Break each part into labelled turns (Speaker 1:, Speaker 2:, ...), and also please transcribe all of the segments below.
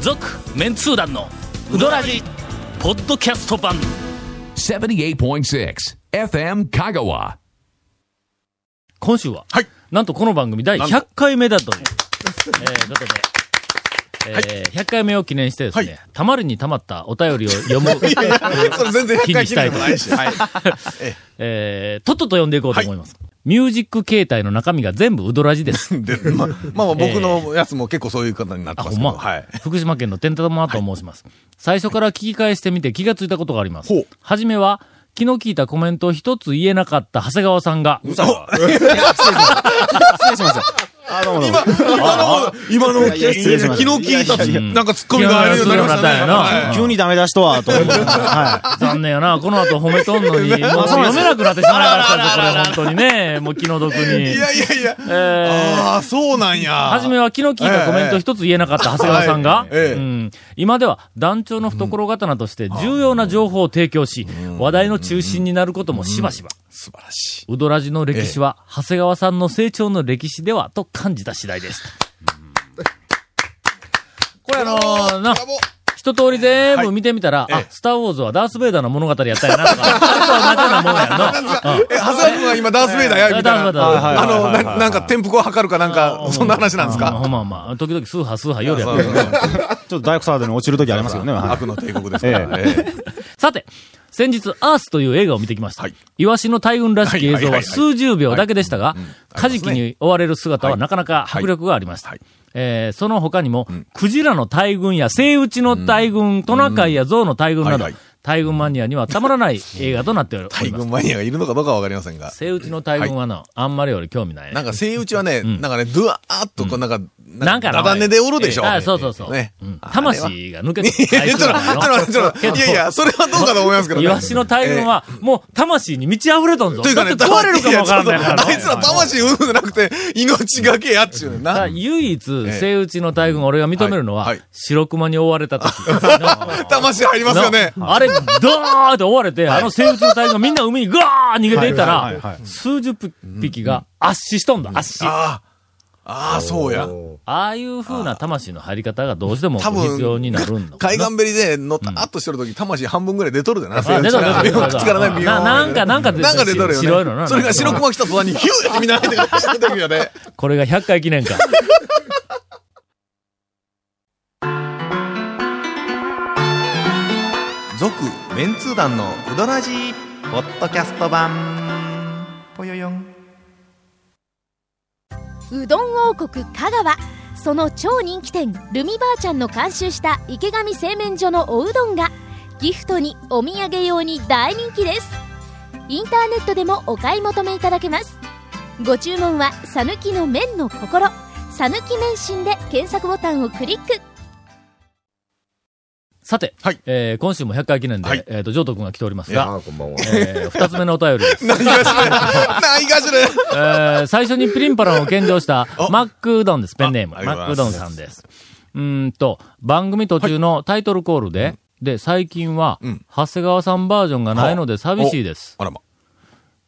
Speaker 1: 続メンツー団のウドラジポッドキャスト版
Speaker 2: 78.6 FM Kagawa.
Speaker 1: 今週は、
Speaker 3: はい
Speaker 1: なんとこの番組第100回目だという、 えーことで、えー100回目を記念してですね、
Speaker 3: はい
Speaker 1: たまりにたまったお便りを読 む、
Speaker 3: それ全然
Speaker 1: 気にしたいと
Speaker 3: 100回切れもないし。はい。
Speaker 1: えーとっとと読んでいこうと思います。ミュージック形態の中身が全部ウドラジです。
Speaker 3: で、まあ、まあまあ僕のやつも結構そういう方になって
Speaker 1: あ、
Speaker 3: ま
Speaker 1: ほ
Speaker 3: す
Speaker 1: ん
Speaker 3: け
Speaker 1: ま。
Speaker 3: ど。はい。
Speaker 1: 福島県の天達マと申します、最初から聞き返してみて気がついたことがあります
Speaker 3: ほう。
Speaker 1: はじめは、気の利いたコメントを一つ言えなかった長谷川さんが、
Speaker 3: 今、今の、今の、昨
Speaker 4: いや失礼しました
Speaker 3: 日聞いたつ、なんか突っ込みがあるようになりま
Speaker 1: いやいやそういうのがあっ
Speaker 3: したね。
Speaker 1: たんやな
Speaker 3: はい
Speaker 4: 急にダメ出しとは、と思って。は
Speaker 1: 残念やな、この後褒めとんのに、もう
Speaker 4: そうな
Speaker 1: 読
Speaker 4: んです
Speaker 1: めなくなってしまいましたね、これ本当にね。もう気の毒に。
Speaker 3: いやいやいや。
Speaker 1: えー
Speaker 3: ああ、そうなんや。
Speaker 1: はじめは気の利いたコメント一つ言えなかった長谷川さんが、
Speaker 3: ええええ
Speaker 1: うん今では団長の懐刀として重要な情報を提供し、話題の中心になることもしばしば。
Speaker 3: 素晴らしい。
Speaker 1: うどらじの歴史は、長谷川さんの成長の歴史ではと感じた次第です。これあのーな、
Speaker 3: ラボ
Speaker 1: 一通り全部見てみたら、
Speaker 3: ええ
Speaker 1: あ、スターウォーズはダース・ベイダーの物語やったんやなとか、あとは同じようなもんやの。
Speaker 3: え、長谷川君は今ダース・ベイダーや、みたい
Speaker 1: ダースベイダー
Speaker 3: な。あ
Speaker 4: は
Speaker 3: の、
Speaker 4: いはいはいは
Speaker 3: ないなんか、転覆を図るかなんか、そんな話なんです
Speaker 1: ま
Speaker 3: か
Speaker 1: あまあまあ、時々スーハースーハー夜やって
Speaker 3: そう
Speaker 1: る
Speaker 3: そうそう
Speaker 4: い。ちょっと大工サードに落ちる時ありますけどね。はい
Speaker 3: 悪の帝国ですから。ええ
Speaker 1: さて、先日、アースという映画を見てきました。
Speaker 3: はい
Speaker 1: イワシの大群らしき映
Speaker 3: はい
Speaker 1: 像
Speaker 3: はいはいは
Speaker 1: はい数十秒だけでしたが、カジキに追われる姿はなかなか迫力がありました。
Speaker 3: はい
Speaker 1: えーその他にも、クジラの大群や、セイウチの大群、トナカイやゾウの大群など、
Speaker 3: はいはい
Speaker 1: 大群マニアにはたまらない映画となっております。
Speaker 3: 大群マニアがいるのかどうかはわかりませんが。
Speaker 1: セイウチの大群はな、あんまり俺興味ないね。
Speaker 3: なんか、セイウチはね、なんかね、ドゥワーっと、こう、なんか、
Speaker 1: なんかな
Speaker 3: ダダネでおるでしょ。
Speaker 1: あそうそうそう。
Speaker 3: ね
Speaker 1: うん。
Speaker 3: あれは
Speaker 1: 魂が抜けてる
Speaker 3: いや、 ちょっと、あの、ちょっと、いやいや、それはどうかと思いますけどね。
Speaker 1: イワシの大群は、もう魂に満ち溢れとんぞ。
Speaker 3: というかね、
Speaker 1: だって壊れるかもわから んねんから
Speaker 3: いやちょっとあいつら魂うんぬんじゃなくて、命がけやっちゅうねん
Speaker 1: だから
Speaker 3: な。
Speaker 1: 唯一、セイウチの大群、俺が認めるのは
Speaker 3: はいはい、
Speaker 1: 白熊に追われた時。
Speaker 3: 魂入りますよね。
Speaker 1: あれ、ドーって追われて、あのセイウチの大群がみんな海にぐわー逃げていった
Speaker 4: はいはいはい
Speaker 1: ら
Speaker 4: は、
Speaker 1: 数十匹が圧死しとんだ、圧死。あ
Speaker 3: ああ、ああ、そうや。
Speaker 1: あいう風な魂の入り方がどうしても
Speaker 3: 多分
Speaker 1: 必要になるんだ。
Speaker 3: 海岸べりで、のたっとしてるとき、魂半分ぐらい出とるでな。セイウ
Speaker 1: 出
Speaker 3: チ
Speaker 1: とる
Speaker 3: が
Speaker 1: 出とる
Speaker 3: 口から
Speaker 1: 出と
Speaker 3: ね、
Speaker 1: る
Speaker 3: ビヨー
Speaker 1: な
Speaker 3: ン
Speaker 1: なんかなんか出とる
Speaker 3: なんか出とるよね。
Speaker 1: 白いのな
Speaker 3: それが白熊来た途端に、ヒューってみんな入ってくる時よね。
Speaker 1: これが100回記念 か。
Speaker 5: 続メンツー団のウドラジーポッドキャスト版ぽよよん
Speaker 6: うどん王国香川その超人気店ルミばあちゃんの監修した池上製麺所のおうどんがギフトにお土産用に大人気ですインターネットでもお買い求めいただけますご注文は「さぬきの麺の心」「さぬき麺心」で検索ボタンをクリック
Speaker 1: さて
Speaker 3: はい、
Speaker 1: えー今週も100回記念
Speaker 3: は
Speaker 1: で
Speaker 3: い、
Speaker 1: えっと、ジョート君が来ております
Speaker 7: あ
Speaker 1: が、
Speaker 7: あ、こんばんは。
Speaker 1: えー二つ目のお便り です。
Speaker 3: 何 がしら。何がしら。
Speaker 1: えー最初にプリンパランを献上したマックうどんです、ペンネーム。
Speaker 3: あ
Speaker 1: マックうどんさんです。うーんと、番組途中のタイトルコールで、で、最近は、
Speaker 3: うん
Speaker 1: 長谷川さんバージョンがないので寂しいです。
Speaker 3: あらま。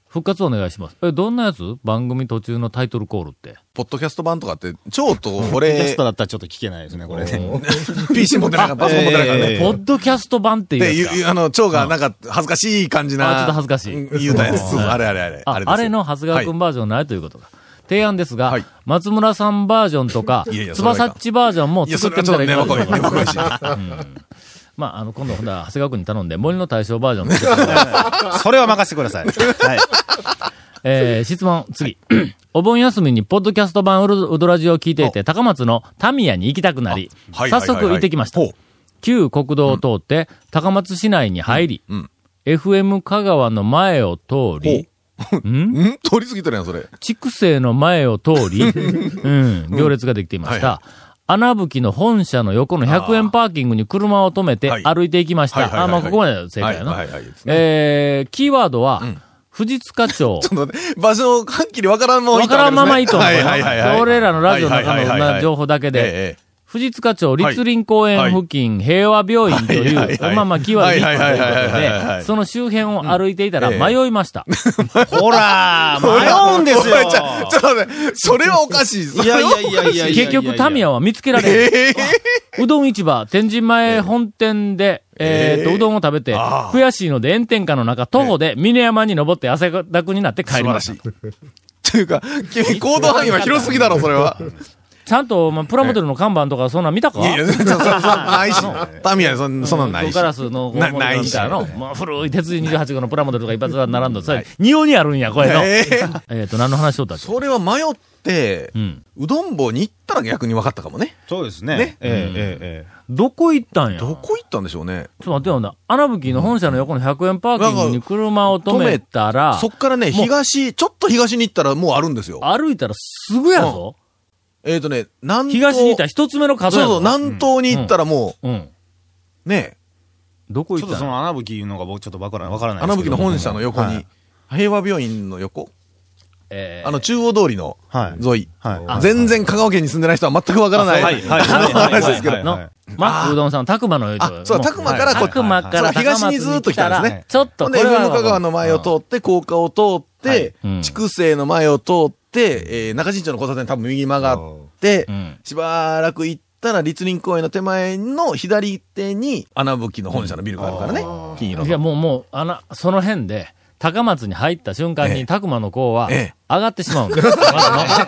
Speaker 1: 復活お願いします。え、どんなやつ番組途中のタイトルコールって。
Speaker 3: ポッドキャスト版とかって、超と俺、
Speaker 4: テストだったらちょっと聞けないですね、これね。
Speaker 3: PC 持ってなかった、パソコン持ってなかった
Speaker 4: え
Speaker 3: ね。
Speaker 4: え
Speaker 1: ポッドキャスト版って
Speaker 3: で、
Speaker 1: いうやつ
Speaker 3: ゆ
Speaker 1: か。
Speaker 3: あの、蝶がなんか恥ずかしい感じな。
Speaker 1: あちょっと恥ずかしい
Speaker 3: うん言うたやつ。そうあれあれあれ。
Speaker 1: あ、
Speaker 3: ですよ
Speaker 1: あれの長谷川くんバージョンないということか。提案ですが、
Speaker 3: はい
Speaker 1: 松村さんバージョンとか、
Speaker 3: いやいやそれはいか
Speaker 1: 翼
Speaker 3: ん
Speaker 1: っちバージョンも
Speaker 3: いや、
Speaker 1: 作
Speaker 3: そ
Speaker 1: っ
Speaker 3: れ
Speaker 1: て
Speaker 3: は
Speaker 1: み
Speaker 3: ちょった
Speaker 1: ら
Speaker 3: と
Speaker 1: い
Speaker 3: 根
Speaker 1: かが
Speaker 3: こ
Speaker 1: で
Speaker 3: い、
Speaker 1: しょうか
Speaker 3: 根こい し。
Speaker 1: まあ、あの、今度、ほんなら長谷川くんに頼んで、森の大将バージョン作って ください
Speaker 4: それは任せてください。はい。
Speaker 1: えー質問、 次。お盆休みにポッドキャスト版ウルウドラジオを聞いていて、高松のタミヤに行きたくなり、
Speaker 3: あはい
Speaker 1: 早速行ってきました
Speaker 3: はいはいほ。
Speaker 1: 旧国道を通って、高松市内に入り、
Speaker 3: ん
Speaker 1: FM 香川の前を通り、
Speaker 3: ん通り過ぎてるやん、それ。
Speaker 1: 畜生の前を通 り、うん、行列ができていました。穴吹の本社の横の100円パーキングに車を止めて
Speaker 3: はい
Speaker 1: 歩いていきまし
Speaker 3: はいはい
Speaker 1: た。
Speaker 3: は
Speaker 1: あ、
Speaker 3: い
Speaker 1: まあ、
Speaker 3: はい
Speaker 1: ここまで正解やな。
Speaker 3: はいはいはいですね
Speaker 1: えーキーワードは、藤塚町。
Speaker 3: ちょっと待って場所、はっきりわからんまま
Speaker 1: わからんままいいと思うよ
Speaker 3: はいはいはいはい。
Speaker 1: 俺らのラジオの中の
Speaker 3: はいはいはいはい
Speaker 1: な情報だけで
Speaker 3: ええええ
Speaker 1: 富士塚町立林公園付近平和病院とい、
Speaker 8: はいはいうはい
Speaker 1: まあまあ、木は立派という
Speaker 8: はいはいはいはいはい
Speaker 1: こと
Speaker 8: は
Speaker 1: で、
Speaker 8: い
Speaker 1: その周辺を歩いていたら
Speaker 8: ええ
Speaker 1: 迷いました。
Speaker 4: ほら、迷うんですよ。
Speaker 8: おいちゃんちょっと待って、それはおかしい。そ
Speaker 4: い
Speaker 8: れ
Speaker 4: やい
Speaker 8: は
Speaker 4: やいやいやいやいや。
Speaker 1: 結局、タミヤは見つけられない
Speaker 8: え
Speaker 1: うどん市場、天神前本店で、えーっと、うどんを食べて、
Speaker 8: ああ
Speaker 1: 悔しいので炎天下の中、徒歩で峰山に登って汗だくになって帰りました。
Speaker 8: ーというか、君、行動範囲は広すぎだろ、それは。
Speaker 1: ちゃんと、まあ、プラモデルの看板とか、そんなん見たか
Speaker 8: いやいや、そんないし。タミヤでそんそんなんないし。
Speaker 1: ガラスの、
Speaker 8: なない
Speaker 1: み
Speaker 8: した
Speaker 1: いなの、まあ、古い鉄人28号のプラモデルとか一発は並んどる。それ、匂いにあるんや、これの。え
Speaker 8: えー
Speaker 1: っと、何の話しとったっけ
Speaker 3: それは迷って
Speaker 1: う、ん。
Speaker 3: うどん坊に行ったら逆に分かったかもね。
Speaker 4: そうですね。
Speaker 3: ね
Speaker 4: えええええ
Speaker 1: どこ行ったんや
Speaker 3: どこ行ったんでしょうね。
Speaker 1: ちょっと待ってよな。アナブキの本社の横の100円パーキングに車を止めたら、
Speaker 3: そっからね、
Speaker 1: もう
Speaker 3: 東、ちょっと東に行ったらもうあるんですよ。
Speaker 1: 歩いたらすぐやぞ。
Speaker 3: えっとね、南東。
Speaker 1: 東にいたら一つ目の角
Speaker 3: そう
Speaker 1: や
Speaker 3: そ
Speaker 1: ぞ。
Speaker 3: う、南東に行ったらも
Speaker 1: うん。
Speaker 3: う、ね、
Speaker 1: どこ
Speaker 4: えち
Speaker 1: 行
Speaker 4: ょっ
Speaker 1: っ
Speaker 4: と
Speaker 1: た
Speaker 4: そ
Speaker 1: の
Speaker 4: の穴吹きのが僕ちょっとわからわからないです
Speaker 3: 穴
Speaker 4: け
Speaker 3: 吹
Speaker 4: ど
Speaker 3: の本社の横
Speaker 4: は
Speaker 3: に
Speaker 4: い、
Speaker 3: 平和病院の横、
Speaker 1: えー
Speaker 3: あの中央通りの
Speaker 4: はい
Speaker 3: 沿い。
Speaker 4: はい
Speaker 1: あ
Speaker 3: 全然香川県に住んでない人は全くわからない。
Speaker 4: はいはいはいはい
Speaker 3: 話ですけど
Speaker 4: はいはい
Speaker 1: の、マックうどんさん、たくまの言と
Speaker 3: あそうだたくまからこ
Speaker 1: たくまから
Speaker 3: そう東にずっと来たんです
Speaker 1: 高松に
Speaker 3: ね
Speaker 1: 来ちょっとこ
Speaker 3: ほんで、
Speaker 1: れ
Speaker 3: 上
Speaker 1: は
Speaker 3: 野香川の前を通って、高架を通って、
Speaker 1: はいうん
Speaker 3: 筑西の前を通って、えー中新町の交差点多分右に曲がって
Speaker 1: う、ん。
Speaker 3: しばらく行ったら、立林公園の手前の左手に、穴吹の本社のビルがあるからね。金色
Speaker 1: いや、
Speaker 3: の。
Speaker 1: もう、もう、あの、その辺で、高松に入った瞬間
Speaker 3: え
Speaker 1: に、
Speaker 3: え
Speaker 1: たくまの子は、上
Speaker 3: ええ
Speaker 1: がってしまうんです。 ま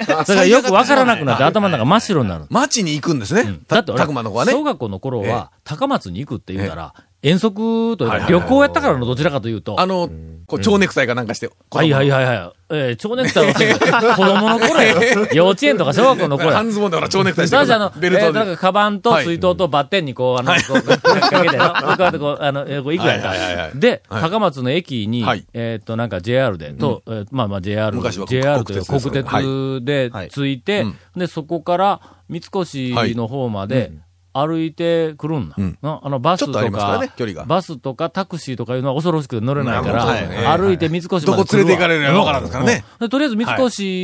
Speaker 1: ずのそれがよくわからなくなって、頭の中真っ白になる。
Speaker 3: 町に行くんですね。
Speaker 1: うんだ
Speaker 3: た
Speaker 1: って俺、
Speaker 3: たくまの子はね。
Speaker 1: 小学校の頃は、高松に行くって言うたら、遠足というか、旅行やったからのどちらかというと、
Speaker 3: あの、こう、蝶ネクタイかなんかして。
Speaker 1: はいはい
Speaker 3: い。
Speaker 1: はいはい。えー、蝶ネクタイをつけて子供の頃やよ。幼稚園とか小学校の頃や
Speaker 3: 半。ズボンでほら、蝶ネクタイして
Speaker 1: だ
Speaker 3: る
Speaker 1: し、あ
Speaker 3: か
Speaker 1: の
Speaker 3: ら。、
Speaker 1: え
Speaker 3: ベル
Speaker 1: ー、
Speaker 3: ト
Speaker 1: なん
Speaker 3: で。
Speaker 1: か、カバンと水筒とバッテンにこう、あの、こう、かけてな、こうやってこう、あの、えーこう行くやん
Speaker 3: はいはいはいは
Speaker 1: か。
Speaker 3: い
Speaker 1: で、
Speaker 3: はい
Speaker 1: 高松の駅に
Speaker 3: はい、
Speaker 1: えーっと、なんか JR で、と、えーまあまあ JR、
Speaker 3: 昔は国
Speaker 1: JR という
Speaker 3: 国
Speaker 1: 国
Speaker 3: 鉄ですよね
Speaker 1: 鉄で
Speaker 4: はい
Speaker 1: 着いて
Speaker 3: うん、
Speaker 1: で、そこから三越の方まで歩いてくるんだ
Speaker 3: うん。
Speaker 1: なあの、バス
Speaker 3: ちょ
Speaker 1: と
Speaker 3: っとありますからね
Speaker 1: か、
Speaker 3: 距離が
Speaker 1: バスとかタクシーとかいうのは恐ろしくて乗れないか
Speaker 3: なるほどね
Speaker 1: ら、歩いて三越まで来る
Speaker 3: ど
Speaker 1: わ。
Speaker 3: こ連れて行かれるのかわからんですからね。
Speaker 1: でとりあえず三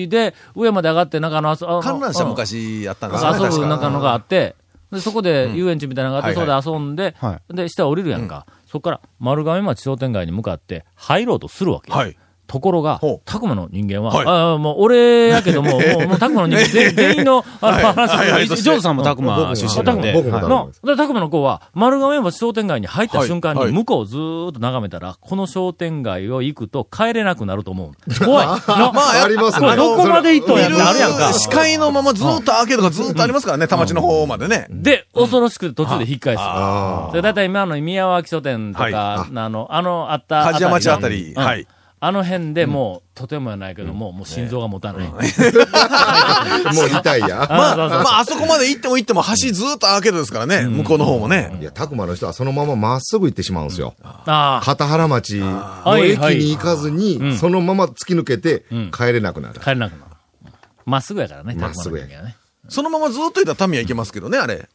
Speaker 1: 越で上まで上がって、なんかあの、あそあの
Speaker 3: 観覧車
Speaker 1: うん
Speaker 3: 昔あったんですよね。
Speaker 1: 遊ぶ
Speaker 3: 確
Speaker 1: 中のがあって、でそこで遊園地みたいなのがあって、
Speaker 3: うん
Speaker 1: そこで遊んで、
Speaker 4: は
Speaker 1: で、下降りるやんか。そこから丸亀町商店街に向かって入ろうとするわけ。
Speaker 3: はい。
Speaker 1: ところが
Speaker 3: ほう、
Speaker 1: たくまの人間は、
Speaker 3: はい
Speaker 1: ああ、もう俺やけ ども、もうもうたくまの人間全員全員の、あの、話を
Speaker 3: はいはいそ
Speaker 4: ジ
Speaker 3: して
Speaker 4: ョーズさんもたくま出身なんで。
Speaker 9: 僕も僕も
Speaker 1: の、で、たくまの子は、丸亀町商店街に入った瞬間
Speaker 3: はい
Speaker 1: に、
Speaker 3: はい
Speaker 1: 向こうをずーっと眺めたら、この商店街を行くと帰れなくなると思 う。怖い。ま
Speaker 9: ありますね
Speaker 1: どこまで行っとんやって
Speaker 3: 見る
Speaker 1: あるやんか。
Speaker 3: 視界のままずっとアーケードがずっとありますからね、田町の方までね。
Speaker 1: で、恐ろしくて途中で引き返す。
Speaker 9: あ
Speaker 1: それだいたい今の宮脇書店とか、
Speaker 3: はい
Speaker 1: あの、あの、あった。
Speaker 3: 鍛冶屋町あたり
Speaker 1: うん
Speaker 3: はい
Speaker 1: あの辺でもう、とてもやないけども、もう心臓が持たない。
Speaker 9: あ、もう痛いや。
Speaker 3: まあ、
Speaker 1: そうそう
Speaker 3: まあ、あそこまで行っても行っても橋ずっとアーケードですからね、向こうの方もね
Speaker 9: い。や、たくまの人はそのまままっすぐ行ってしまうんですよ。
Speaker 1: ああ、
Speaker 9: 片原町の駅に行かずに、そのまま突き抜けて帰れなくなる。
Speaker 1: 帰れなくなる。まっすぐやからね、
Speaker 9: まっすぐや
Speaker 1: 高松の人間はね。
Speaker 3: そのままずっといたらタミヤ行けますけどね、あれ。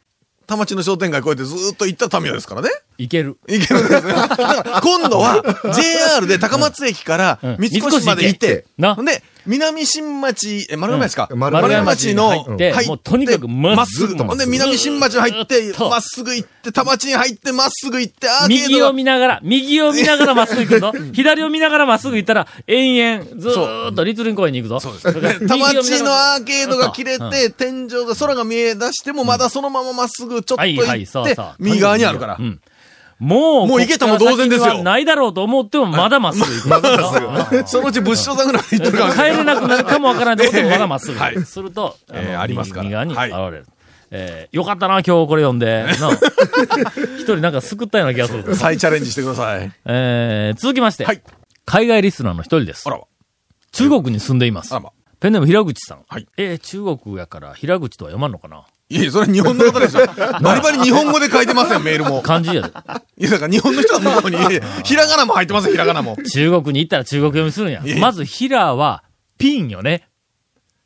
Speaker 3: 田町の商店街越えてずっと行ったタミヤですからね。
Speaker 1: 行ける。
Speaker 3: 行けるんですね。だ から今度は JR で高松駅から
Speaker 1: うん
Speaker 3: 三越まで行って、
Speaker 1: 三越行けな
Speaker 3: ほんで、南新町、え、丸亀町か。
Speaker 9: うん
Speaker 3: 丸亀町の、
Speaker 1: 丸亀町に入ってもうとにかくまっすぐ
Speaker 3: まほんで、南新町入って
Speaker 1: ずっ、と
Speaker 3: まっすぐ行って、田町に入って、まっすぐ行って、アーケー
Speaker 1: 右
Speaker 3: ド
Speaker 1: を
Speaker 3: が
Speaker 1: 見ながら、右を見ながらまっすぐ行く ぞ。左を見ながらまっすぐ行ったら、延々、ずーっと立林公園に行くぞ。そうです。
Speaker 3: 田町のアーケードが切れ
Speaker 1: うん
Speaker 3: て、天井が空が見え出しても、まだそのまままっすぐちょっと
Speaker 1: はいはい、
Speaker 3: 行
Speaker 1: そ
Speaker 3: っ
Speaker 1: う
Speaker 3: て
Speaker 1: そう、。
Speaker 3: 右側にあるから
Speaker 1: う。んもう、
Speaker 3: もう行けたも同然で
Speaker 1: こっ
Speaker 3: すよ
Speaker 1: から先はないだろうと思っても、まだまっすぐ行く。まだまっすぐ。
Speaker 3: そのうち物証だぐらい行ってるかもし
Speaker 1: 帰
Speaker 3: れない。
Speaker 1: れなくなるかもわからないと思ってもまだまっすぐ。すると、あ
Speaker 3: えー
Speaker 1: の
Speaker 3: ありますから
Speaker 1: 右側に現
Speaker 3: は
Speaker 1: れ
Speaker 3: い
Speaker 1: る。えーよかったな、今日これ読んで。な 一人なんか救ったような気がする。
Speaker 3: 再チャレンジしてください。
Speaker 1: えー続きまして、
Speaker 3: はい
Speaker 1: 海外リスナーの一人です
Speaker 3: あ。らば。
Speaker 1: 中国に住んでいます
Speaker 3: あら。ま。
Speaker 1: ペンネーム平口さん。
Speaker 3: はい
Speaker 1: えー中国やから平口とは読まんのかない
Speaker 3: やいや、それは日本の方で しょ。バリバリ日本語で書いてません、メールも。
Speaker 1: 漢字やで。
Speaker 3: いや、だから日本の人の方に、いやいやひらがなも入ってますよ、ひらがなも。
Speaker 1: 中国に行ったら中国読みするんや
Speaker 3: いや。
Speaker 1: まず平は、ピンよね。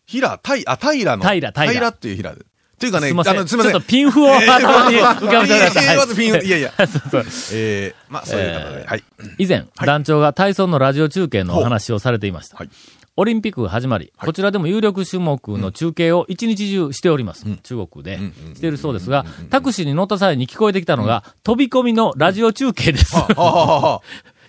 Speaker 3: ひら、たい、あ、たいらの。
Speaker 1: 平平
Speaker 3: 平っていうひらで。っていうかね、
Speaker 1: すいません。
Speaker 3: あの、すみません。
Speaker 1: ちょっとピンフを頭に浮かべてください。
Speaker 3: いやいやまずピンフいやいや
Speaker 1: そうそう
Speaker 3: えー、まあ、そういう方で。はい。
Speaker 1: 以前、団長が体操のラジオ中継のお話をされていました。
Speaker 3: はい
Speaker 1: オリンピックが始まり、こちらでも有力種目の中継を一日中しております。中国で、しているそうですが、タクシーに乗った際に聞こえてきたのが、飛び込みのラジオ中継です。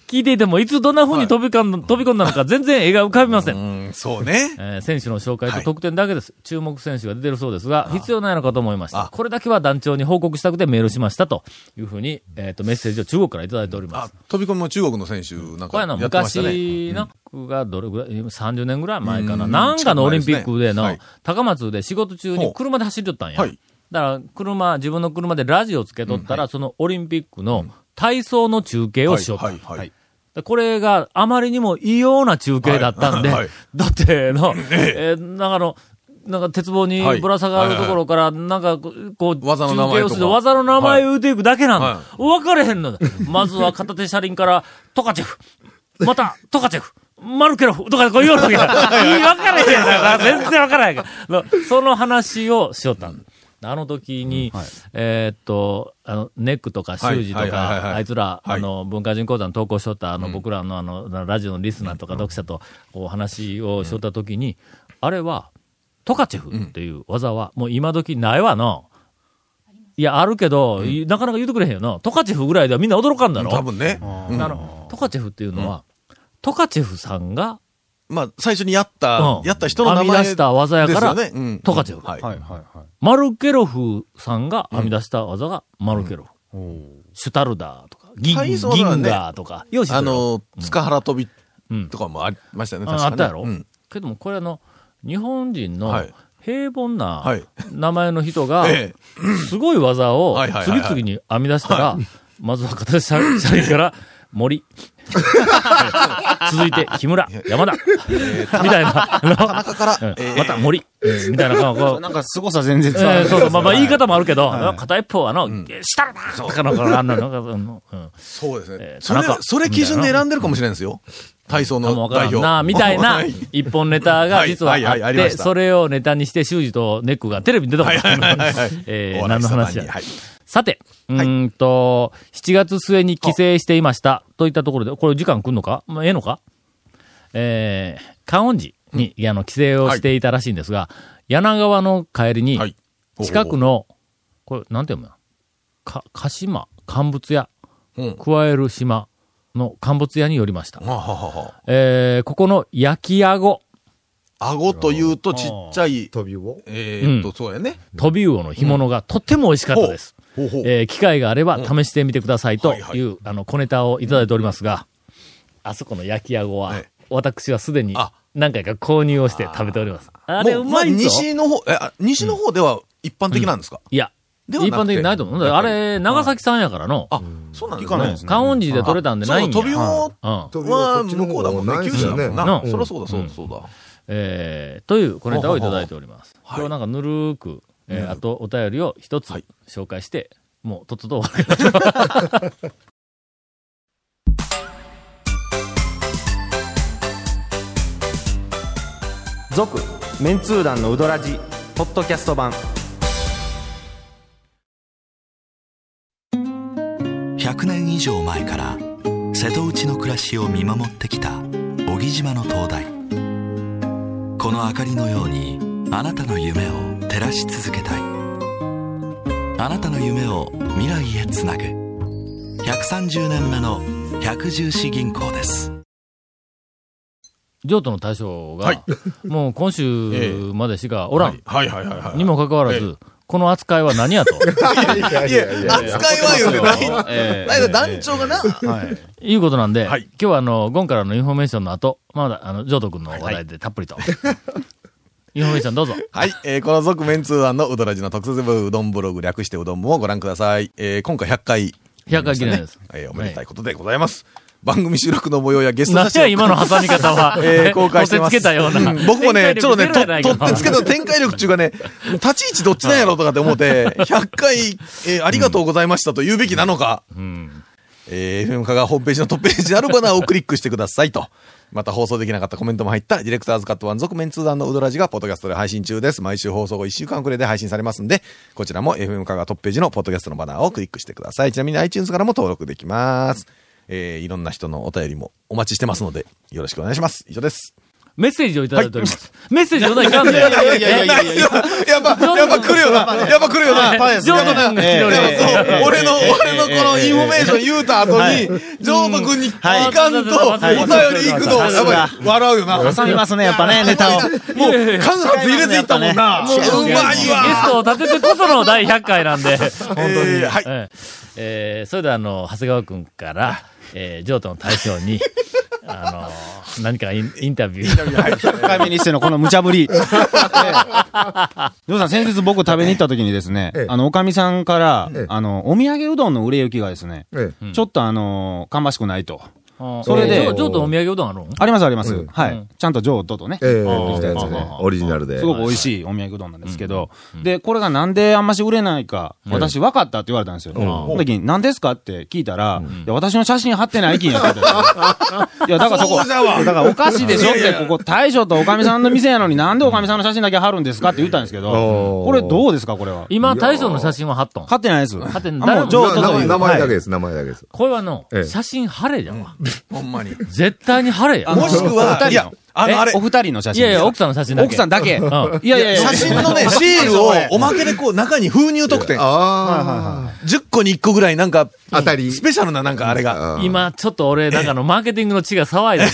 Speaker 1: 聞いていても、いつどんな風に飛び込んだ飛び込んだのか全然絵が浮かびません。
Speaker 10: うん、そうね。
Speaker 1: えー選手の紹介と得点だけです。注目選手が出てるそうですが、必要ないのかと思いました。これだけは団長に報告したくてメールしましたというふうに、えっ、と、メッセージを中国からいただいておりま
Speaker 3: あ
Speaker 1: す。、
Speaker 3: 飛び込みも中国の選手なん
Speaker 1: こ
Speaker 3: か
Speaker 1: れ
Speaker 3: や
Speaker 1: はな、
Speaker 3: ってましたね。
Speaker 1: 昔の、がどれぐらい、30年ぐらい前かな。
Speaker 3: うん
Speaker 1: なんかのオリンピックで
Speaker 3: は
Speaker 1: の
Speaker 3: い、
Speaker 1: 高松で仕事中に車で走りとったんや。
Speaker 3: はい
Speaker 1: だから、車、自分の車でラジオつけとったら、そのオリンピックの体操の中継をしようと。
Speaker 3: はい、はい、はい。
Speaker 1: でこれがあまりにも異様な中継だったんで、
Speaker 3: はいはい
Speaker 1: だっての、えーなんかあの、なんか鉄棒に
Speaker 3: はい
Speaker 1: ぶら下がるところから、なんかこう、こう
Speaker 3: 技の名前とか
Speaker 1: 中継をする技の名前を言うていくだけなんだ。
Speaker 3: は
Speaker 1: 分かれへんのだ。まずは片手車輪から、トカチェフ、また、トカチェフ。マルケロフとかこう言われるわけや。いい分からへんやんだから全然分からへんから。のその話をしよったんあの時に、えーっと、あの、ネックとかシュージと
Speaker 3: はいはいはいはい
Speaker 1: か、あいつら、
Speaker 3: はい
Speaker 1: あの、文化人講座の投稿しとった、あの、僕らのあの、ラジオのリスナーとか読者と、こう、話をしとった時に、あれは、トカチェフっていう技は、もう今時ないわの。いや、あるけど、なかなか言うてくれへんよな。トカチェフぐらいではみんな驚かんだろ。
Speaker 3: 多分ね。うん
Speaker 1: あの、トカチェフっていうのは、トカチェフさんが、
Speaker 3: まあ、最初にやった
Speaker 1: うん、
Speaker 3: やった人の名前。
Speaker 1: 編み出した技やから
Speaker 3: ですよねうん
Speaker 1: トカチェフ
Speaker 3: はい。
Speaker 4: はいはいはい。
Speaker 1: マルケロフさんが編み出した技がマルケロフ。シュタルダーとか、ギン,、
Speaker 3: 体操
Speaker 1: ギ
Speaker 3: だね
Speaker 1: ンガーとか、よし、
Speaker 3: あの、塚原飛び
Speaker 1: うん
Speaker 3: とかもありましたよね、確
Speaker 1: あ
Speaker 3: か
Speaker 1: あ
Speaker 3: ね
Speaker 1: ったやろ、
Speaker 3: うん
Speaker 1: けども、これあの、日本人の
Speaker 3: はい
Speaker 1: 平凡な
Speaker 3: はい
Speaker 1: 名前の人が、
Speaker 3: え
Speaker 1: すごい技を
Speaker 3: はいはいは
Speaker 1: 次
Speaker 3: いはい
Speaker 1: 々に編み出したら、まずは片手車車輪から、森。 続いて、木村、山田、みたいな、
Speaker 3: 田中から、
Speaker 1: うん
Speaker 3: えー
Speaker 1: また森、みたいな感じこう
Speaker 4: なんか凄さ全然
Speaker 1: え
Speaker 4: 伝わら
Speaker 1: ー
Speaker 4: ない
Speaker 1: そうそう、まあまあ言い方もあるけど、片一方はあの、下だとかなんかあんなのなんかその、うん。
Speaker 3: そうです
Speaker 1: え
Speaker 3: ね
Speaker 1: ー。
Speaker 3: それ
Speaker 1: 田中、
Speaker 3: それ基準で選んでるかもしれないですよ。体操
Speaker 1: かも
Speaker 3: の
Speaker 1: わから
Speaker 3: 代
Speaker 1: ん
Speaker 3: 表。
Speaker 1: な、みたいな
Speaker 3: はい
Speaker 1: 一本ネタが実はあ
Speaker 3: はいはいはい
Speaker 1: っ
Speaker 3: ありま
Speaker 1: て、
Speaker 3: した
Speaker 1: それをネタにして、修二とネックがテレビに出たことある
Speaker 3: はいはいはい。
Speaker 1: え
Speaker 3: お
Speaker 1: ー、何
Speaker 3: 笑い
Speaker 1: の
Speaker 3: 様に
Speaker 1: 話や
Speaker 3: は。い
Speaker 1: さて、うーんと、7月末に帰省していました。といったところで、これ時間来んのかまあええのかえー、観音寺に、あの、帰省をしていたらしいんですが、柳川の帰りに
Speaker 3: は、い。
Speaker 1: 近くの、これ、なんて読むのか、鹿島、乾物屋、
Speaker 3: うん
Speaker 1: 加える島の乾物屋に寄りました。
Speaker 3: はははは。
Speaker 1: えー、ここの焼きあご、
Speaker 3: 顎というとちっちゃい、
Speaker 9: 飛びを。
Speaker 3: えーっ
Speaker 1: う
Speaker 3: と、そうやね。
Speaker 1: 飛び魚の干物がとっても美味しかったです。
Speaker 3: ほうほう。
Speaker 1: えー、機会があれば試してみてくださいという、
Speaker 3: はいはい
Speaker 1: あの、小ネタをいただいておりますが、あそこの焼きあごは、
Speaker 3: はい
Speaker 1: 私はすでに
Speaker 3: あ
Speaker 1: 何回か購入をして食べております。あれ、
Speaker 3: も
Speaker 1: う
Speaker 3: う
Speaker 1: まい
Speaker 3: まあ
Speaker 1: ぞ。
Speaker 3: 西の方、え、あ西の方では一般的なんですか
Speaker 1: いや、一
Speaker 3: ではなくて
Speaker 1: 般的にないと思う。だからあれ、長崎さんやからの、
Speaker 3: あ、そうなんです
Speaker 4: 行かない
Speaker 3: ね
Speaker 4: ですね
Speaker 1: 観音寺で取れたんでないんや。
Speaker 3: そう飛びを
Speaker 1: うん。
Speaker 9: 飛び
Speaker 3: は
Speaker 9: はこっちの
Speaker 3: 向こうだも
Speaker 9: 方
Speaker 3: ん
Speaker 9: がな
Speaker 3: ね。
Speaker 9: い
Speaker 3: 九
Speaker 9: で
Speaker 3: 州
Speaker 9: す
Speaker 3: だ
Speaker 9: よね
Speaker 3: もん。な。
Speaker 1: な
Speaker 3: そりゃそうだ、そうだ、そうだ。
Speaker 1: えーというコネタをいただいております。
Speaker 3: うほう
Speaker 1: 今日なんかぬるーく、えーあとお便りを一つ
Speaker 3: はい
Speaker 1: 紹介して、もうとっとと終わり
Speaker 11: 続メンツー団のウドラジポッドキャスト版
Speaker 12: 100年以上前から瀬戸内の暮らしを見守ってきた小木島の灯台この明かりのようにあなたの夢を照らし続けたいあなたの夢を未来へつなぐ130年目の百十四銀行です
Speaker 1: 譲渡の大将が、
Speaker 3: はい
Speaker 1: もう今
Speaker 3: え
Speaker 1: 週までしかおらん、
Speaker 3: はいはいはいはい。
Speaker 1: にもかかわらず、この扱いは何やと
Speaker 3: いや、扱いはよね。ない
Speaker 4: え
Speaker 3: だから団長がな。
Speaker 4: えはい。
Speaker 1: いうことなんで、
Speaker 3: はい
Speaker 1: 今日はあの、ゴンからのインフォメーションの後、まだあの、譲渡君の話題でたっぷりと。インフォメーションどうぞ。
Speaker 3: はい、えーこの続面通案のうどらじの特設部うどんブログ略してうどん部をご覧ください。えー今回100回、
Speaker 1: 100回記念です。
Speaker 3: えーおめでたいことでございます。番組収録の模様やゲスト
Speaker 1: なん
Speaker 3: 写真を。
Speaker 1: や今の挟み方は
Speaker 3: えー公開してます。
Speaker 1: 取ってつけたような。
Speaker 3: ん僕もね、ちょっとね、と
Speaker 1: 展開力ゼロや
Speaker 3: 取
Speaker 1: ないか
Speaker 3: ってつけた展開力っていうかね、立ち位置どっちなんやろとかって思って、100回、 えーありがとうございましたと言うべきなのか、えー FM 香 川ホームページのトップページにあるバナーをクリックしてくださいと。また放送できなかったコメントも入った、ディレクターズカットワン続面通談のうどらじが、ポッドキャストで配信中です。毎週放送後1週間くらいで配信されますんで、こちらも FM 香川トップページのポッドキャストのバナーをクリックしてください。ちなみに iTunes からも登録できます。えーいろんな人のお便りもお待ちしてますので、よろしくお願いします。以上です。
Speaker 1: メッセージをいただいております。メッセージをないかんねん。
Speaker 4: いやいやいやいやいや。
Speaker 3: やっぱ、やっぱ来るよな。やっぱ来るよな。
Speaker 4: パンで
Speaker 1: ジ
Speaker 4: すね
Speaker 1: ョーダンが来ております
Speaker 4: ええ
Speaker 3: そう
Speaker 4: ええええ
Speaker 3: 俺の、
Speaker 4: ええ
Speaker 3: 俺のこのインフォメーション言うた後に、ジョート君に行かんと、お
Speaker 1: はい
Speaker 3: 便り行くと、
Speaker 4: はい
Speaker 3: やっぱり笑うよな。もう、
Speaker 4: 挟みますね、やっぱね、ネタを。
Speaker 3: 間髪入れていったもんな。
Speaker 1: も
Speaker 3: うま
Speaker 1: ゲ
Speaker 3: い
Speaker 1: ス
Speaker 3: わ。
Speaker 1: トを立ててこその第100回なんで、本当に。
Speaker 3: えーはい
Speaker 1: えーえーそれではあの、長谷川君から、えー、譲渡の対象に、あの、何かインインタビュー。
Speaker 4: 100回目にしてのこの無茶ぶり。ジョーさん、先日僕食べに行った時にですね
Speaker 9: ええ、
Speaker 4: あの、おかみさんから
Speaker 9: ええ、
Speaker 4: あの、お土産うどんの売れ行きがですね、
Speaker 9: ええ
Speaker 4: ちょっとあの、芳しくないと。
Speaker 1: そ
Speaker 4: それで
Speaker 1: 譲渡お土産うどんあるの
Speaker 4: ありますありま
Speaker 9: う
Speaker 4: す
Speaker 9: ん。
Speaker 4: はい。ちゃんと上等とね。
Speaker 9: ええ
Speaker 1: ー
Speaker 9: できたやつで
Speaker 1: ああ、
Speaker 9: オリジナルで。
Speaker 4: すごく美味しいお土産うどんなんですけど、で、これがなんであんまし売れないか、私分かったって言われたんですよ。その時に、何ですかって聞いたら、いや、私の写真貼ってないきんやって言わ れたんですよいや、だからそこ、
Speaker 3: そうじゃわ
Speaker 4: だからおかしいでしょって、ここ大将とおかみさんの店やのになんでおかみさんの写真だけ貼るんですかって言ったんですけど、
Speaker 9: おー
Speaker 4: これどうですかこれは。
Speaker 1: 今、大将の写真は貼っとん。
Speaker 4: 貼ってないです。
Speaker 1: 貼ってない
Speaker 4: あもう上等
Speaker 9: な名
Speaker 4: とい
Speaker 9: 前
Speaker 4: う。
Speaker 9: 名前だけ
Speaker 4: はい
Speaker 9: です、名前だけです。
Speaker 1: これはの
Speaker 9: ええ、
Speaker 1: 写真貼れじゃんわ。
Speaker 3: ほんまに。
Speaker 1: 絶対に貼れや
Speaker 4: あ。の
Speaker 3: もしく
Speaker 4: お二人
Speaker 3: は、
Speaker 4: の
Speaker 3: いや、あ
Speaker 4: え
Speaker 3: の、あれ
Speaker 4: お、二人の写
Speaker 1: い
Speaker 4: 真で
Speaker 1: や
Speaker 4: す
Speaker 1: い
Speaker 4: か。
Speaker 1: や、奥さんの写真だけ。
Speaker 4: 奥さんだけ。
Speaker 1: うん
Speaker 4: いやいやいや。
Speaker 3: 写真 の ね、シールをおまけでこう、中に封入特典。
Speaker 9: あ
Speaker 3: 10個に1個ぐらいなんか、
Speaker 9: あ、当たり。
Speaker 3: スペシャルななんかあれが、
Speaker 9: あー
Speaker 1: 今、ちょっと俺、なんかあの、マーケティングの血が騒いでる。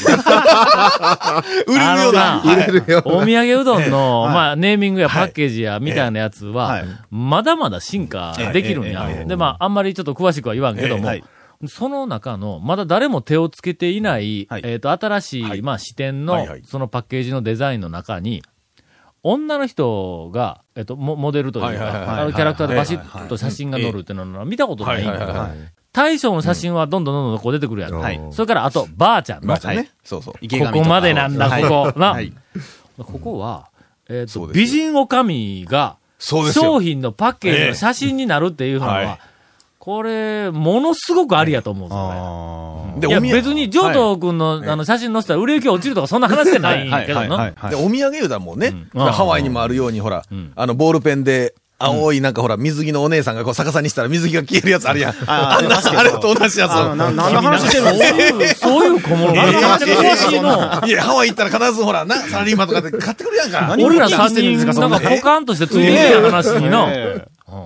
Speaker 3: 売れるような
Speaker 1: あ。のな
Speaker 9: 売れるよ
Speaker 1: お土産うどん の、まあ、ネーミングやパッケージや、みたいなやつは
Speaker 4: はい、
Speaker 1: まだまだ進化できるんや
Speaker 4: えええええ。え
Speaker 1: で、まあ、あんまりちょっと詳しくは言わんけど
Speaker 4: ええ
Speaker 1: も
Speaker 4: はい、
Speaker 1: その中の、まだ誰も手をつけていない、
Speaker 4: はい
Speaker 1: えっと、新しい、まあ、視点の、そのパッケージのデザインの中に、女の人が、えっと、モモデルというか、あのキャラクターでバシッと写真が載るっていうのは見たことないんやけど大将の写真はどんどんどんどんこう出てくるやん。
Speaker 9: はい
Speaker 1: それから、あと、ばあちゃんの。
Speaker 3: ねそうそう。
Speaker 4: 池
Speaker 1: こ
Speaker 4: 上
Speaker 1: と
Speaker 4: か
Speaker 1: こまでなんだ、
Speaker 4: はい
Speaker 1: ここ。な
Speaker 4: はい。
Speaker 1: ここは、えっ
Speaker 3: そ
Speaker 1: と、
Speaker 3: うですよ
Speaker 1: 美人おかみが、
Speaker 3: そうですよ
Speaker 1: 商。品のパッケージの写真になるっていうの
Speaker 3: ええは
Speaker 1: は、これ、ものすごくありやと思うんですよ
Speaker 3: で、
Speaker 4: あ
Speaker 1: ね。いや、
Speaker 3: おみや
Speaker 1: 別に、上東君の、あの、写真載せたら売れ行き落ちるとか、そんな話じゃないん
Speaker 4: ーは
Speaker 1: やけ
Speaker 4: い
Speaker 1: ど
Speaker 4: はいは。
Speaker 1: ない
Speaker 4: はい
Speaker 3: で、お土産言うたらもうね、
Speaker 1: うん
Speaker 3: ハワイにもあるように、ほら、あの、ボールペンで、青い、なんかほら、水着のお姉さんがこう逆さにしたら水着が消えるやつあるやん。あんな、あれと同じやつ
Speaker 4: あ
Speaker 3: を。
Speaker 4: のな 何の話してる
Speaker 1: そういう、そういう小物が
Speaker 3: ええ
Speaker 1: めちゃめちゃ詳しいの。
Speaker 3: いや、ハワイ行ったら必ずほら、な、サラリーマンとかで買ってくるやんか。
Speaker 4: ええ
Speaker 1: 俺ら三人、なんかポカンとしてついてきてる話にの。
Speaker 4: え
Speaker 1: うん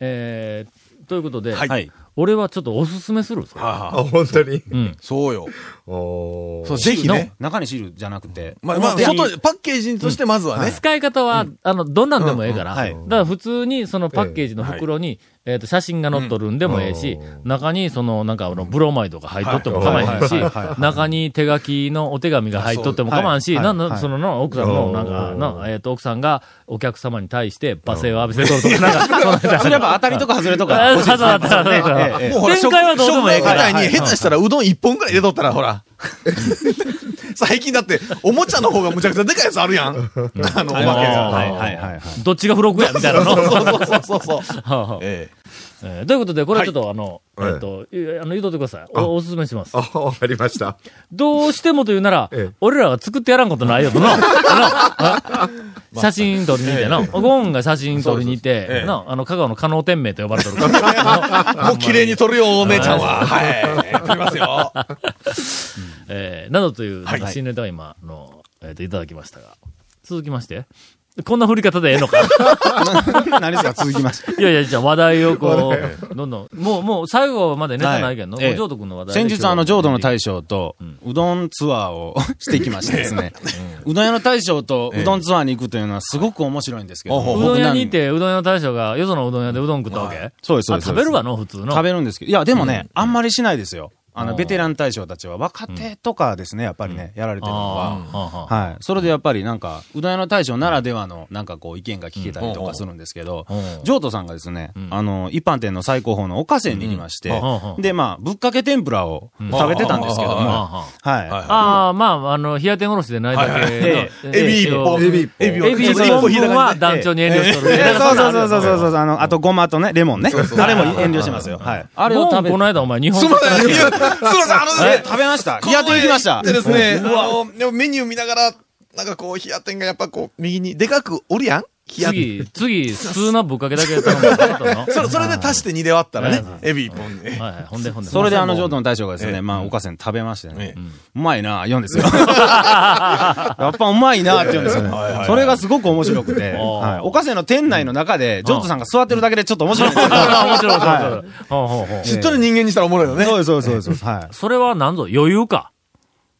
Speaker 1: えーということで、
Speaker 4: はい。
Speaker 1: 俺はちょっとおすすめする。それ
Speaker 9: あ、本当に。
Speaker 1: うん。
Speaker 3: そうよ。
Speaker 9: おー
Speaker 3: そう、ぜひね。
Speaker 4: 中にシールじゃなくて。
Speaker 3: まあ、まあ、外に、パッケージとしてまずはね。
Speaker 1: 使い方は、あの、どんなんでもええから、
Speaker 4: うんうんはい
Speaker 1: だから普通にそのパッケージの袋に、えっ、と、写真が載っとるんでもええし、中にその、なんかあの、ブロマイドが入っとっても構えへんし
Speaker 4: はいはいはいは、い
Speaker 1: 中に手書きのお手紙が入っとっても構わんし、
Speaker 4: はい
Speaker 1: な
Speaker 4: はい
Speaker 1: んだ、
Speaker 4: はい
Speaker 1: そのの、奥さんの、なんか、な、えっ、と、奥さんがお客様に対して罵声を浴びせとるとか、 なん か、そんなんじゃ
Speaker 4: それやっぱ当たりとか外れとか。
Speaker 1: あそうだったそうだった
Speaker 4: ええええ
Speaker 3: もうほら、
Speaker 1: 展開はどうでもええから
Speaker 3: 食食堂みたいに、下手したらうどん1本ぐらい入れとったら、ほら。 最近だって、おもちゃの方がむちゃくちゃでかいやつあるやん。あの、おまけが。
Speaker 4: はいはいはいはい。
Speaker 1: どっちが付録や、みたいなの。
Speaker 3: そうそうそうそうそう。え
Speaker 1: えーということで、これはちょっと、あの、えっ、
Speaker 9: はい
Speaker 1: と、いあの、言うとってください。おおすすめします。
Speaker 9: あ、わかりました。
Speaker 1: どうしてもというなら、
Speaker 9: ええ
Speaker 1: 俺らが作ってやらんことないよと な。なあ写真撮りに行ってな。ゴンが写真撮りに行って、な、あの、香川の加納天明と呼ばれ てるから。
Speaker 3: え。もう綺麗に撮るよ、お姉ちゃんは。はい。撮りますよ。
Speaker 1: えーなどという、なんか新ネタが今、あの、えっ、と、いただきましたが。続きまして。こんな振り方でええ のか。
Speaker 4: な 何ですか続きまして。
Speaker 1: いやいや、じゃあ話題をこう、どんどん。もう、もう最後までネタないけど、もう
Speaker 4: ええ
Speaker 1: ジョート君の話題
Speaker 4: 先
Speaker 1: で
Speaker 4: 日あの、浄土の
Speaker 1: 今日
Speaker 4: 大将と、うどんツアーを してきましてです ね。うどん屋の大将とうどんツアーに行くというのはすごく面白いんですけど。
Speaker 1: うどん屋に行っ
Speaker 4: 僕なん。
Speaker 1: て、うどん屋の大将が、よそのうどん屋でうどん食ったわけ
Speaker 4: そうですそうです
Speaker 1: あ
Speaker 4: そ
Speaker 1: 食
Speaker 4: うで
Speaker 1: べ
Speaker 4: す
Speaker 1: るわの、普通の。
Speaker 4: 食べるんですけど。いや、でもね、あんまりしないですよ。あ
Speaker 1: う
Speaker 4: の、
Speaker 1: ん
Speaker 4: ベテラン大将たちは若手とかですね、やっぱりね、やられてるのは。
Speaker 1: ああはあはあ
Speaker 4: はい。それでやっぱりなんか、うどん屋の大将ならではの、なんかこう、意見が聞けたりとかするんですけど
Speaker 1: うん、
Speaker 4: 譲渡さんがですね、あの、一般店の最高峰のおかせに行きまして
Speaker 1: うん、
Speaker 4: で、まあ、ぶっかけ天ぷらを食べてたんですけども、
Speaker 1: ああ
Speaker 4: は
Speaker 1: はあ
Speaker 4: い。
Speaker 1: ああ、まあ、あの、冷や天おろしでないだけの。
Speaker 4: え
Speaker 3: エビ一本。
Speaker 1: エビ
Speaker 3: エビを
Speaker 1: エビ一
Speaker 3: 一
Speaker 1: 本
Speaker 3: 本引いた
Speaker 1: 分
Speaker 3: 感
Speaker 1: は
Speaker 3: じで
Speaker 1: 団長に遠慮しとる。
Speaker 4: えーそうそうそうそう
Speaker 1: う。
Speaker 4: そうそう、あの、あとごまとね、レモンね。あれも遠慮しますよ。はい。あ
Speaker 1: あ
Speaker 4: れ
Speaker 1: れ
Speaker 4: を
Speaker 1: を
Speaker 4: 食べ、
Speaker 1: この間お前日本
Speaker 3: すみません、いやすみません、あのですね、
Speaker 4: 食べました。いや、で行きました。
Speaker 3: でですね、あの、でもメニュー見ながら、なんかこう、冷や店がやっぱこう、右にでかくおるやん
Speaker 1: 次、次、普通なぶっかけだけ頼むのかなと思うの
Speaker 3: それ、それで足して2で割ったらね、エビ1本で。
Speaker 1: はいはい、ほんでほんで。
Speaker 4: それであの、譲渡の大将がですね、まあ、おかせん食べましてね、うまいなあ、言うんですよ。 やっぱうまいなあって言うんですよね。それがすごく面白くて、
Speaker 1: ー
Speaker 4: はいおかせんの店内の中で、譲渡さんが座ってるだけでちょっと面白いんですよ。
Speaker 1: 面白い面白い
Speaker 4: は
Speaker 1: 面白い。ほうほうほう
Speaker 3: 知っとる人間にしたらおもろ いよね。
Speaker 4: そうです、そうです、そうです。はい。
Speaker 1: それは何ぞ余裕か。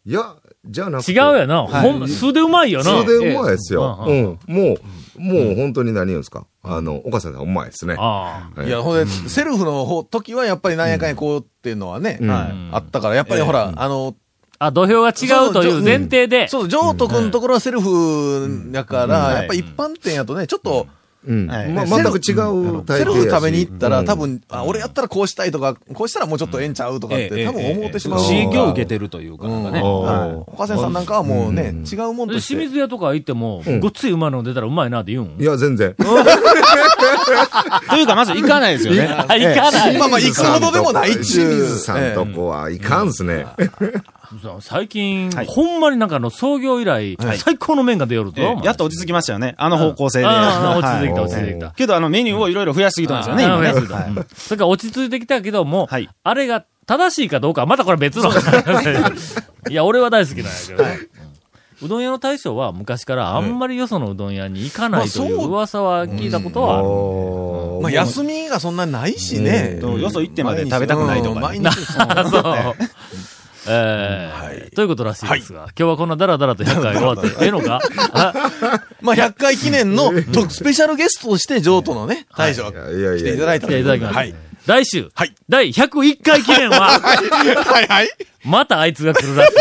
Speaker 9: いや、じゃなく
Speaker 1: 違
Speaker 9: て。
Speaker 1: うやな。ほん、素でうまいよな。
Speaker 9: それでうまいですよ。
Speaker 1: え
Speaker 9: うん。もう、もう本当に何言うんですか。あの、岡さんがうまいですね。
Speaker 1: あ
Speaker 9: ええ
Speaker 3: いや、ほんで、セルフの方時はやっぱりなんやかんやこうっていうのはね、あったから、やっぱりほら、あの、
Speaker 1: あ。あ、土俵が違うという前提で。
Speaker 3: そう、ジョート君のところはセルフやから、やっぱ一般店やとね、ちょっと、
Speaker 9: うん。
Speaker 4: はい
Speaker 9: ま、
Speaker 3: セル
Speaker 9: 全く違うタイ
Speaker 3: セ
Speaker 9: プ
Speaker 3: ル
Speaker 9: やし。
Speaker 3: フ食べに行ったら、多
Speaker 9: うん、
Speaker 3: 分、あ、俺やったらこうしたいとか、こうしたらもうちょっとええんちゃうとかって、多分思ってしまう。
Speaker 4: 刺激を受けてるというか、なんかね。
Speaker 3: うん
Speaker 4: はい
Speaker 3: 岡瀬さんなんかはもうね、違うもん
Speaker 1: で
Speaker 3: として。
Speaker 1: 清水屋とか行っても、ごっついうまいの出たらうまいなって言うん
Speaker 9: いや、全然。
Speaker 4: というか、まず行かないですよね。
Speaker 1: あ、行かない。
Speaker 3: まあまあ、行くほどでもないっちゅ
Speaker 9: 清
Speaker 3: う。
Speaker 9: 水さんとこはいかんっすね。
Speaker 1: 最近、ほんまになんかあの創業以来、最高の麺が出よるぞ。
Speaker 4: ええ
Speaker 1: お前
Speaker 4: やっと落ち着きましたよね。あの方向性で。
Speaker 1: ああ、落ち着いてきた、
Speaker 4: は
Speaker 1: 落ち着いてきた。
Speaker 4: けど、あの、メニューをいろいろ増やしてきたんですよね、
Speaker 1: あ
Speaker 4: 今ね。
Speaker 1: あ増やしてきた
Speaker 4: はい
Speaker 1: それから落ち着いてきたけども、
Speaker 4: はい
Speaker 1: あれが正しいかどうかはまたこれは別の話。 いや、俺は大好きなんやけどね、うんうどん屋の大将は昔からあんまりよそのうどん屋に行かないという噂は聞いたことはある。
Speaker 9: おー
Speaker 3: まあ、休みがそんなないしね。
Speaker 4: とよそ行ってまで食べたくないと
Speaker 3: うん
Speaker 4: か
Speaker 3: 毎
Speaker 4: ね。
Speaker 3: 日そう
Speaker 1: あ そう。えーということらしいですが、今日はこんなダラダラと100回終わって、ええのかあ
Speaker 3: まあ、100回記念の特スペシャルゲストとして、上都のね、大将が
Speaker 9: いやいやいや
Speaker 3: 来ていただいた
Speaker 1: 来ていただきました
Speaker 3: はい。
Speaker 1: 来週、
Speaker 3: はい
Speaker 1: 第101回記念は、
Speaker 3: はいはい。
Speaker 1: またあいつが来るらしい。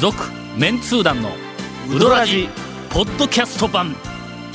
Speaker 1: 続、メンツー団の、ウドラジ、ポッドキャスト版。